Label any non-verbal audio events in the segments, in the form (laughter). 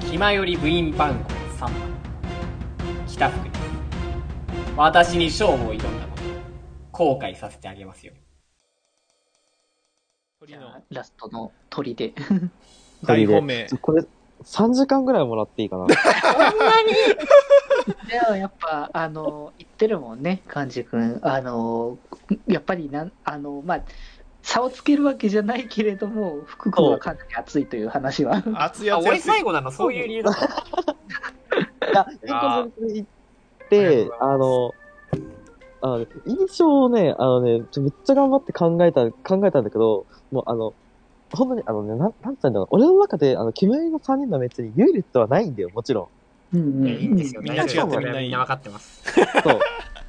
暇より部員番号3番北福に私に勝負を挑んだこと後悔させてあげますよ鳥じゃのあラストの鳥で。大鳥で本命これ、3時間ぐらいもらっていい (laughs) かなそんなにでもやっぱ、あの、言ってるもんね、寛治君。あの、やっぱりなん、あの、まあ、差をつけるわけじゃないけれども、福君はかなり熱いという話は。熱いあ熱俺い熱い最後なのそういう理由だったいや、一あー個それで行っありてが、あの、あのね、印象をね、あのね、ちょめっちゃ頑張って考えた、考えたんだけど、もうあの、本当にあのね、なん、なんて言うんだろう。俺の中で、あの、煙の3人のは別に優劣はないんだよ、もちろん。うんうんいやいいんですよみみんんなな違ってみんないみいんな分かってますそう。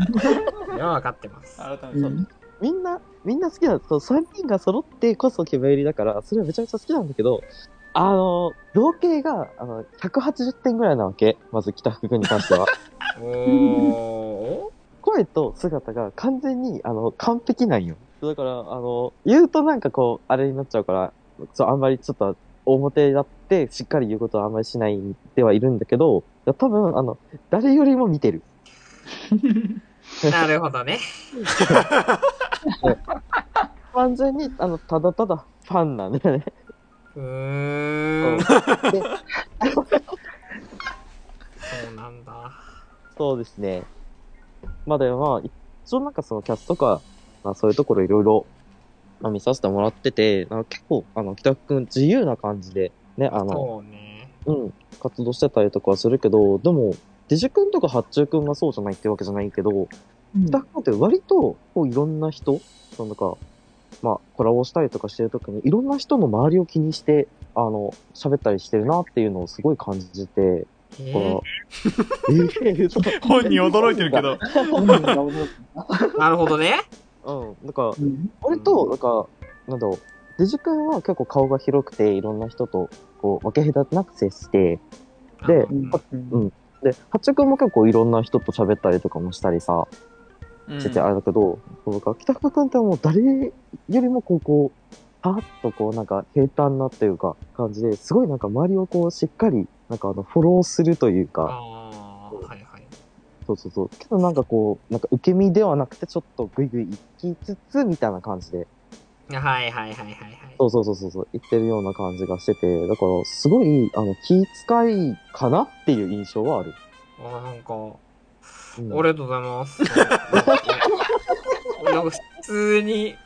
(laughs) みんな分かってます改めてうそうんみんな、みんな好きな、そう、3人が揃ってこそ煙だから、それはめちゃめちゃ好きなんだけど、あの、同型が、あの、180点ぐらいなわけ。まず北福君に関しては。おー声と姿が完全に、あの、完璧なんよ。だから、あの、言うとなんかこう、あれになっちゃうから、そう、あんまりちょっと、表立って、しっかり言うことはあんまりしないではいるんだけど、いや多分、あの、誰よりも見てる。なるほどね完全に、あの、ただただファンなんだよね。うーんうんそうなんだそうですね。まあでもまあ、一応なんかそのキャストとか、まあそういうところいろいろ、まあ見させてもらってて、なんか結構、あの、北くん自由な感じで、ね、あの、そうねうん、活動してたりとかはするけど、でも、デジ君とか八中君がそうじゃないってわけじゃないけど、北君って割と、こういろんな人、そのなんか、まあ、コラボしたりとかしてるときに、いろんな人の周りを気にして、あの、喋ったりしてるなっていうのをすごい感じて、えこーの、えーそう本人驚いてるけど本人が驚くなるほどねうん、なんか、うん俺と、なんか、なんだろう、デジ君は結構顔が広くて、いろんな人と、こう、分け隔てなく接して、あでのうんうんで、八中君も結構いろんな人と喋ったりとかもしたりさ、うんしててあれだけど、僕は北福君ってもう誰よりもこう、こう、パーッとこうなんか平坦なっていうか感じですごいなんか周りをこうしっかりなんかあのフォローするというか、あーはいはいそうそうそう。けどなんかこう、なんか受け身ではなくてちょっとグイグイ行きつつみたいな感じで、はいはいはいはいはい。そうそうそうそうそう、言ってるような感じがしてて、だからすごいあの気遣いかなっていう印象はある。あなんか、うんありがとうござい (laughs) ます。なんか普通に、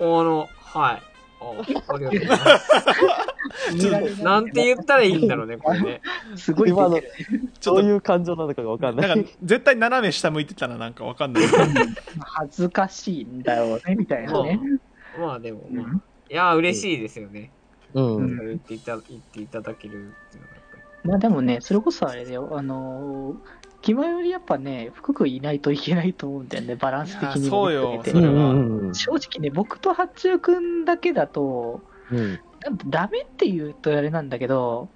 あの、はい。あありがとうございます。見られ (laughs) いなんて言ったらいいんだろうね、これね。すごい出てる今のちどょうっいう感情なのかがわかとんない。なんか絶対斜め下向いてたらなんかわかんない恥ずかしいんだよね、みたいなね。まあでも、うまんあ、いやー、嬉しいですよね。 (laughs) うん。うんそう言っていた言っていただけるっていうのがやっぱり。まあでもね、それこそあれだよ、あのー、気前よりやっぱね、福君いないといけないと思うんだよね、バランス的いにやもそう含めよて。それはうんうんうん正直ね、僕と八中君だけだと、うん。なんダメって言うとあれなんだけど、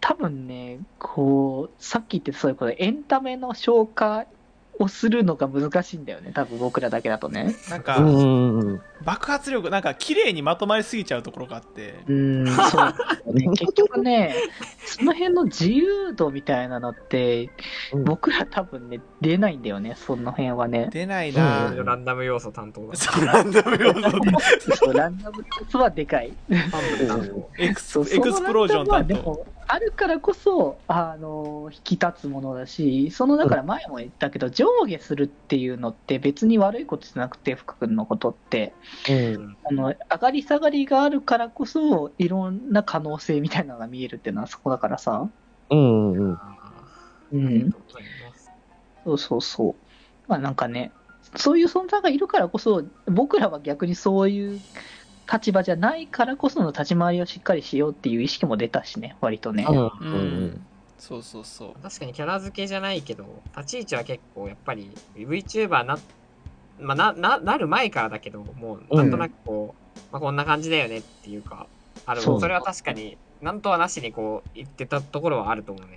多分ね、こう、さっき言ってたそういうことで、エンタメの消化をするのが難しいんだよね、多分僕らだけだとね。なんうかんうんうん。爆発力なんか綺麗にまとまりすぎちゃうところがあってうーん、そうなんだ (laughs) よね。結局ね、その辺の自由度みたいなのって、うん僕ら多分ね、出ないんだよね、その辺は (laughs) ね。出ないあなーランダム要素担当だ。そうなんだよそうランダム要素はでかい。エクスそうエクスプロージョン担そのラン当ダムはでもあるからこそ、あの、引き立つものだし、その、だから前も言ったけど、上下するっていうのって別に悪いことじゃなくて、福君のことって、うん。あの、上がり下がりがあるからこそ、いろんな可能性みたいなのが見えるっていうのはそこだからさ。うんうんうん。ううんん。ありがとうございます。そうそうそう。まあなんかね、そういう存在がいるからこそ、僕らは逆にそういう立場じゃないからこその立ち回りをしっかりしようっていう意識も出たしね、割とね。ううんんそうそうそう確かにキャラ付けじゃないけど、立ち位置は結構やっぱり VTuber な、まあ、な、な、なる前からだけど、もうなんとなくこう、まあ、こんな感じだよねっていうか、あの、そうそれは確かに、なんとはなしにこう、言ってたところはあると思うね。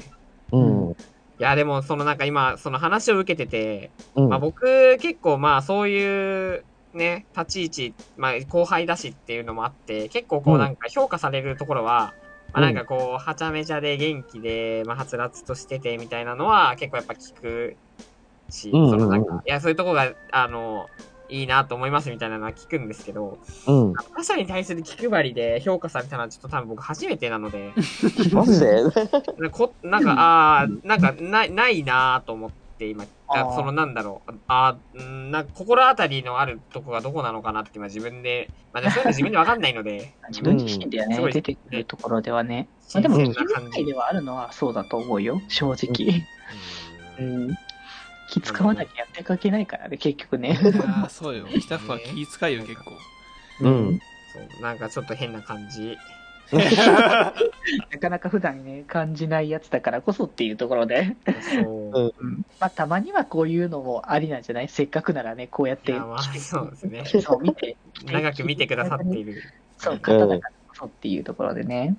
うん。いや、でも、そのなんか今、その話を受けてて、うん。まあ僕結構まあそういう、ね、立ち位置、まあ後輩だしっていうのもあって、結構こうなんか評価されるところは、まあ、なんかこう、はちゃめちゃで元気で、まあ、はつらつとしててみたいなのは結構やっぱ聞くし、うんうんうんそのなんか、いや、そういうとこが、あの、いいなと思いますみたいなのは聞くんですけど、うん。他者に対する気配りで評価されたのはちょっと多分僕初めてなので、マジでなんかこなんか、ああ、なんかない、ないなぁと思って今、ああー、そのなんだろう、あーうんなんか心当たりのあるとこがどこなのかなって今自分で、まあ、でもそういう (laughs) の自分でわかんないので自分自身ではね、うん出てくるところではね、ま新あ、でも、鮮気な感遣いじ。ではあるのはそうだと思うよ、正直。ううんん。気使わなきゃやってかけないからね、結局ね。ああ、そうよ。スタッフは気遣いよ、結構。うん。そう、なんかちょっと変な感じ。なかなか普段ね、感じないやつだからこそっていうところで。そう。まあ、たまにはこういうのもありなんじゃないせっかくならね、こうやっていや、まあ、そうです (laughs) ね。そう、見て、長く見てくださっている。そう、方だからこそっていうところでね。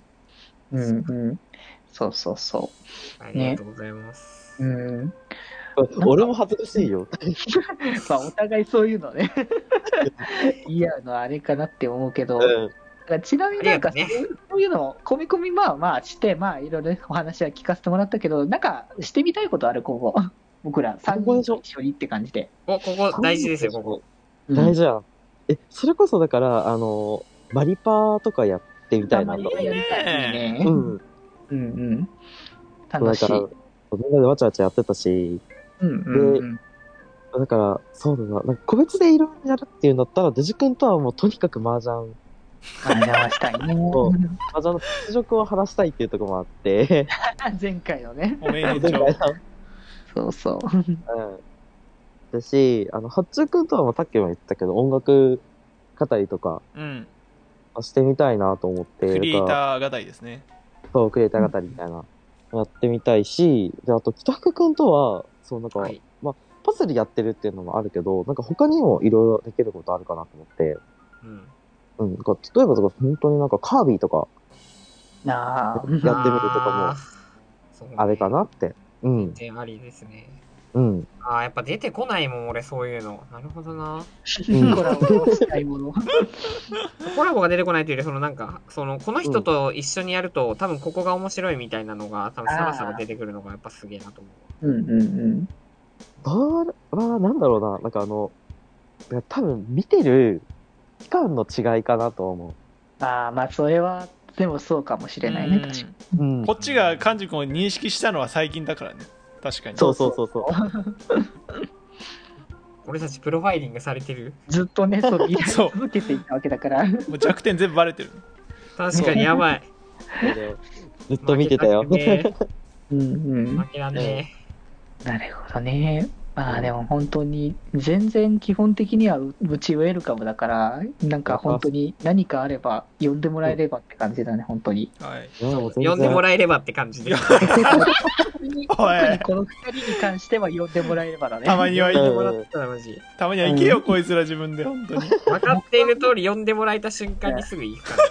うんうん。そうそうそありがとうございます。う。うん。 (laughs) 俺も恥ずかしいよ。まあ、お互いそういうの (laughs) ね、言い合うのはあれかなって思うけど、ちなみになんかあそりうがというそういうのを、込み込みまあまあして、まあいろいろお話は聞かせてもらったけど、なんかしてみたいことある、今後。僕ら3ここ人でしょと一緒にって感じで。お、ここ大事ですよ、ここ。うん大事やん。え、それこそだから、あの、マリパーとかやってみたいなとま思あいいねう。ううんん。うんうん。楽だしかい。ら、うみんなでわちゃわちゃやってたし、んうんうん。だから、そうだな。なんか個別でいろいろやるっていうんだったら、デジ君とはもうとにかく麻雀、まあ邪魔したいね。そう麻雀の屈辱を晴らしたいっていうところもあ (laughs) って、 (laughs) 前回のね。おめ前でとう回。のそうそう。うん。だし、あの、八中君とはまあさっきも言ったけど、音楽語りとかうん。してみたいなと思って、クリエイだからターがたいですね。そう、クリエイター語りみたいな、やってみたいし、で、あと北福君とは、そうなんか、はい。パズルやってるっていうのもあるけど、なんか他にもいろいろできることあるかなと思って、うん。うん、なんか例えばとか本当になんかカービィとかなあ。やってみるとかももあれかなって。うん、全然ありですね。うん。ああ、やっぱ出てこないもん、俺、そういうの。なるほどな。うんコラボしたいもの。コラボが出てこないというより、そのなんか、その、この人と一緒にやると、多分ここが面白いみたいなのが、多分さらさら出てくるのが、やっぱすげえなと思う。うんうんうん。どう、まあなんだろうな、なんかあの、いや多分見てる期間の違いかなと思ああ、まあそれは、でもそうかもしれないうね、ん確かに。う。うんこっちが寛治君を認識したのは最近だからね。確かに。そうそうそうそう。俺たちプロファイリングされてるずっとね、そう、見られそう続けていたわけだから。もう弱点全部バレてる。確かにやばい。 (laughs) ずっと見てた (laughs) よ負。けらんねうんえうん。負けらんねなるほどね。まあでも本当に、全然基本的にはううちウェルカムだから、なんか本当に何かあれば呼んでもらえればって感じだね、本当 (laughs) に。はい。え。呼んでもららえればって感じで。 (laughs) 特においこの二人に関しては呼んでもらえればだね。たまには呼んい、でもらったらマジ。たまには行けよ、こいつら自分で、本当に。分かっている通り呼んでもらえた瞬間にすぐ行くか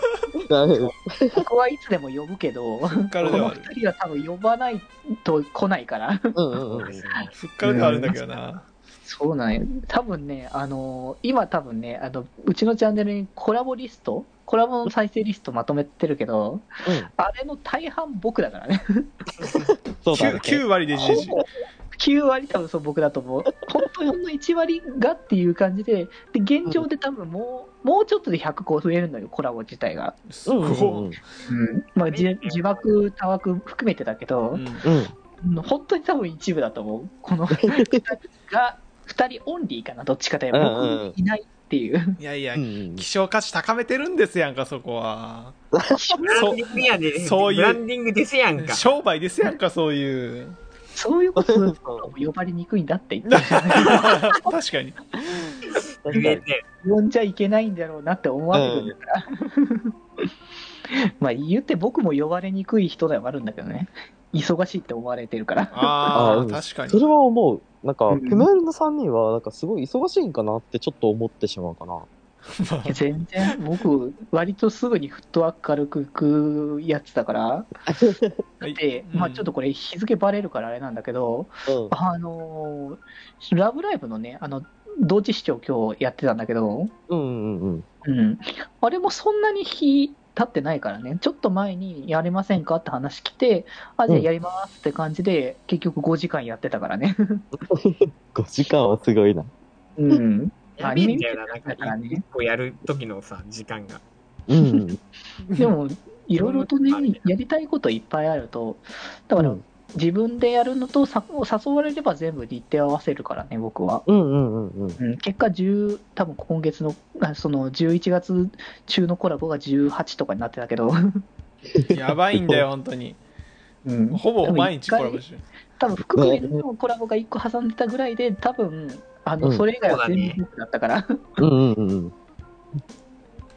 ら。ここはいつでも呼ぶけど、こふっからではのある。二人は多分呼ばないと来ないから。うんうんそううでんす。ねふっからではあるんだけどな。 (laughs) そうなんよ。多分ね、あのー今多分ね、あの、うちのチャンネルにコラボリスト、コラボの再生リストまとめてるけど、あれの大半僕だからね。そうだ 9, ね。 9割でじ (laughs) じい。 9割多分そう僕だと思う。本当にほんの1割がっていう感じで、で、現状で多分もう、もうちょっとで100個増えるのよ、コラボ自体が。すうんごいうんうん。うん。まあ、字字幕、多枠含めてだけど、うんうん。本当に多分一部だと思う。この2人が、2人オンリーかな、どっちかといえうんうんば。僕いないっていう。いやいやう、ん希少価値高めてるんですやんか、そこは。ブランディングやで、そういうブランディングですやんか。商売ですやんか、そういう。 (laughs) そういうことうん呼ばれにくいんだって言ってる、確かに。言えて。呼んじゃいけないんだろうなって思われるんだから。 (laughs) まあ言って僕も呼ばれにくい人ではあるんだけどね。忙しいって思われてるから。ああうんあ、確かそれに。は思う。なんか、うクんムールの3人は、なんかすごい忙しいんかなってちょっと思ってしまうかな。全然僕、割とすぐにフットワーク軽く行くやつだ (laughs) から。はいで、まあちょっとこれ日付バレるからあれなんだけど、うん。あのーラブライブのね、あの、同時視聴今日やってたんだけど、うんうんうん。うん。あれもそんなに日、経ってないからね、ちょっと前にやりませんかって話来て、あ、じゃあやりますって感じで、結局5時間やってたからね。 5時間はすごいな。うん。やべえんだよな、なんだからか、ね一。個やる時のさ、時間が。うん。でも、いろいろとそういうねこ、やりたいこといっぱいあると、だからうん自分でやるのとさ誘われれば全部日程合わせるからね、僕は。うんうんうんうん。うん、結果10、多分今月の、あその11月中のコラボが18とかになってたけど、やばいんだよ、本当に。うん、ほぼ毎日コラボしてる。多分福君のコラボが1個挟んでたぐらいで、多分あの、うんそれ以外はそうだ全ね部僕だった (laughs) から、うんうんうん。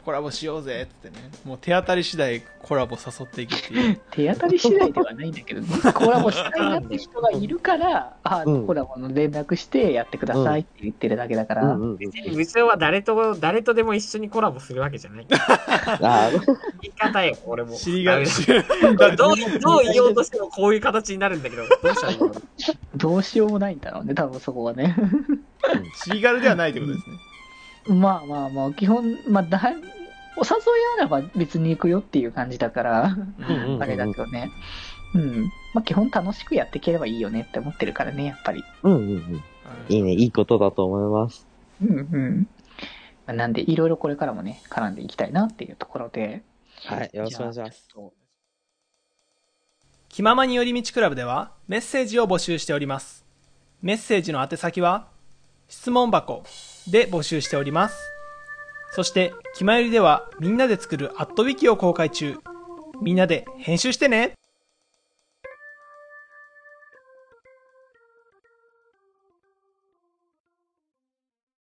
コラボしようぜってね。もう手当たり次第コラボ誘っていくっていう。手当たり次第ではないんだ (laughs) けど、コラボしたいなって人がいるから、あうんコラボの連絡してやってくださいって言ってるだけだかうら。んうんうん。部長は誰と、誰とでも一緒にコラボするわけじゃない。あー言い方よ、俺も。知りがい。だ (laughs) だっっててどうどう言おうとしてもこういう形になるんだけど、どうしたらいいのどうしようもないんだろうね、多分そこはね。 (laughs) シリガルではないってことですね。まあまあまあ、基本、まあ、だいお誘いあれば別に行くよっていう感じだから、うんうんあれだけどね。うん。まあ、基本楽しくやっていければいいよねって思ってるからね、やっぱり。うんうんうん。いいね、いいことだと思います。うんうん。まあなんで、いろいろこれからもね、絡んでいきたいなっていうところで。はい、よろしくお願いします。気ままに寄り道クラブではメッセージを募集しております。メッセージの宛先は、質問箱で募集しております。そして、気まよりではみんなで作るアットウィキを公開中。みんなで編集してね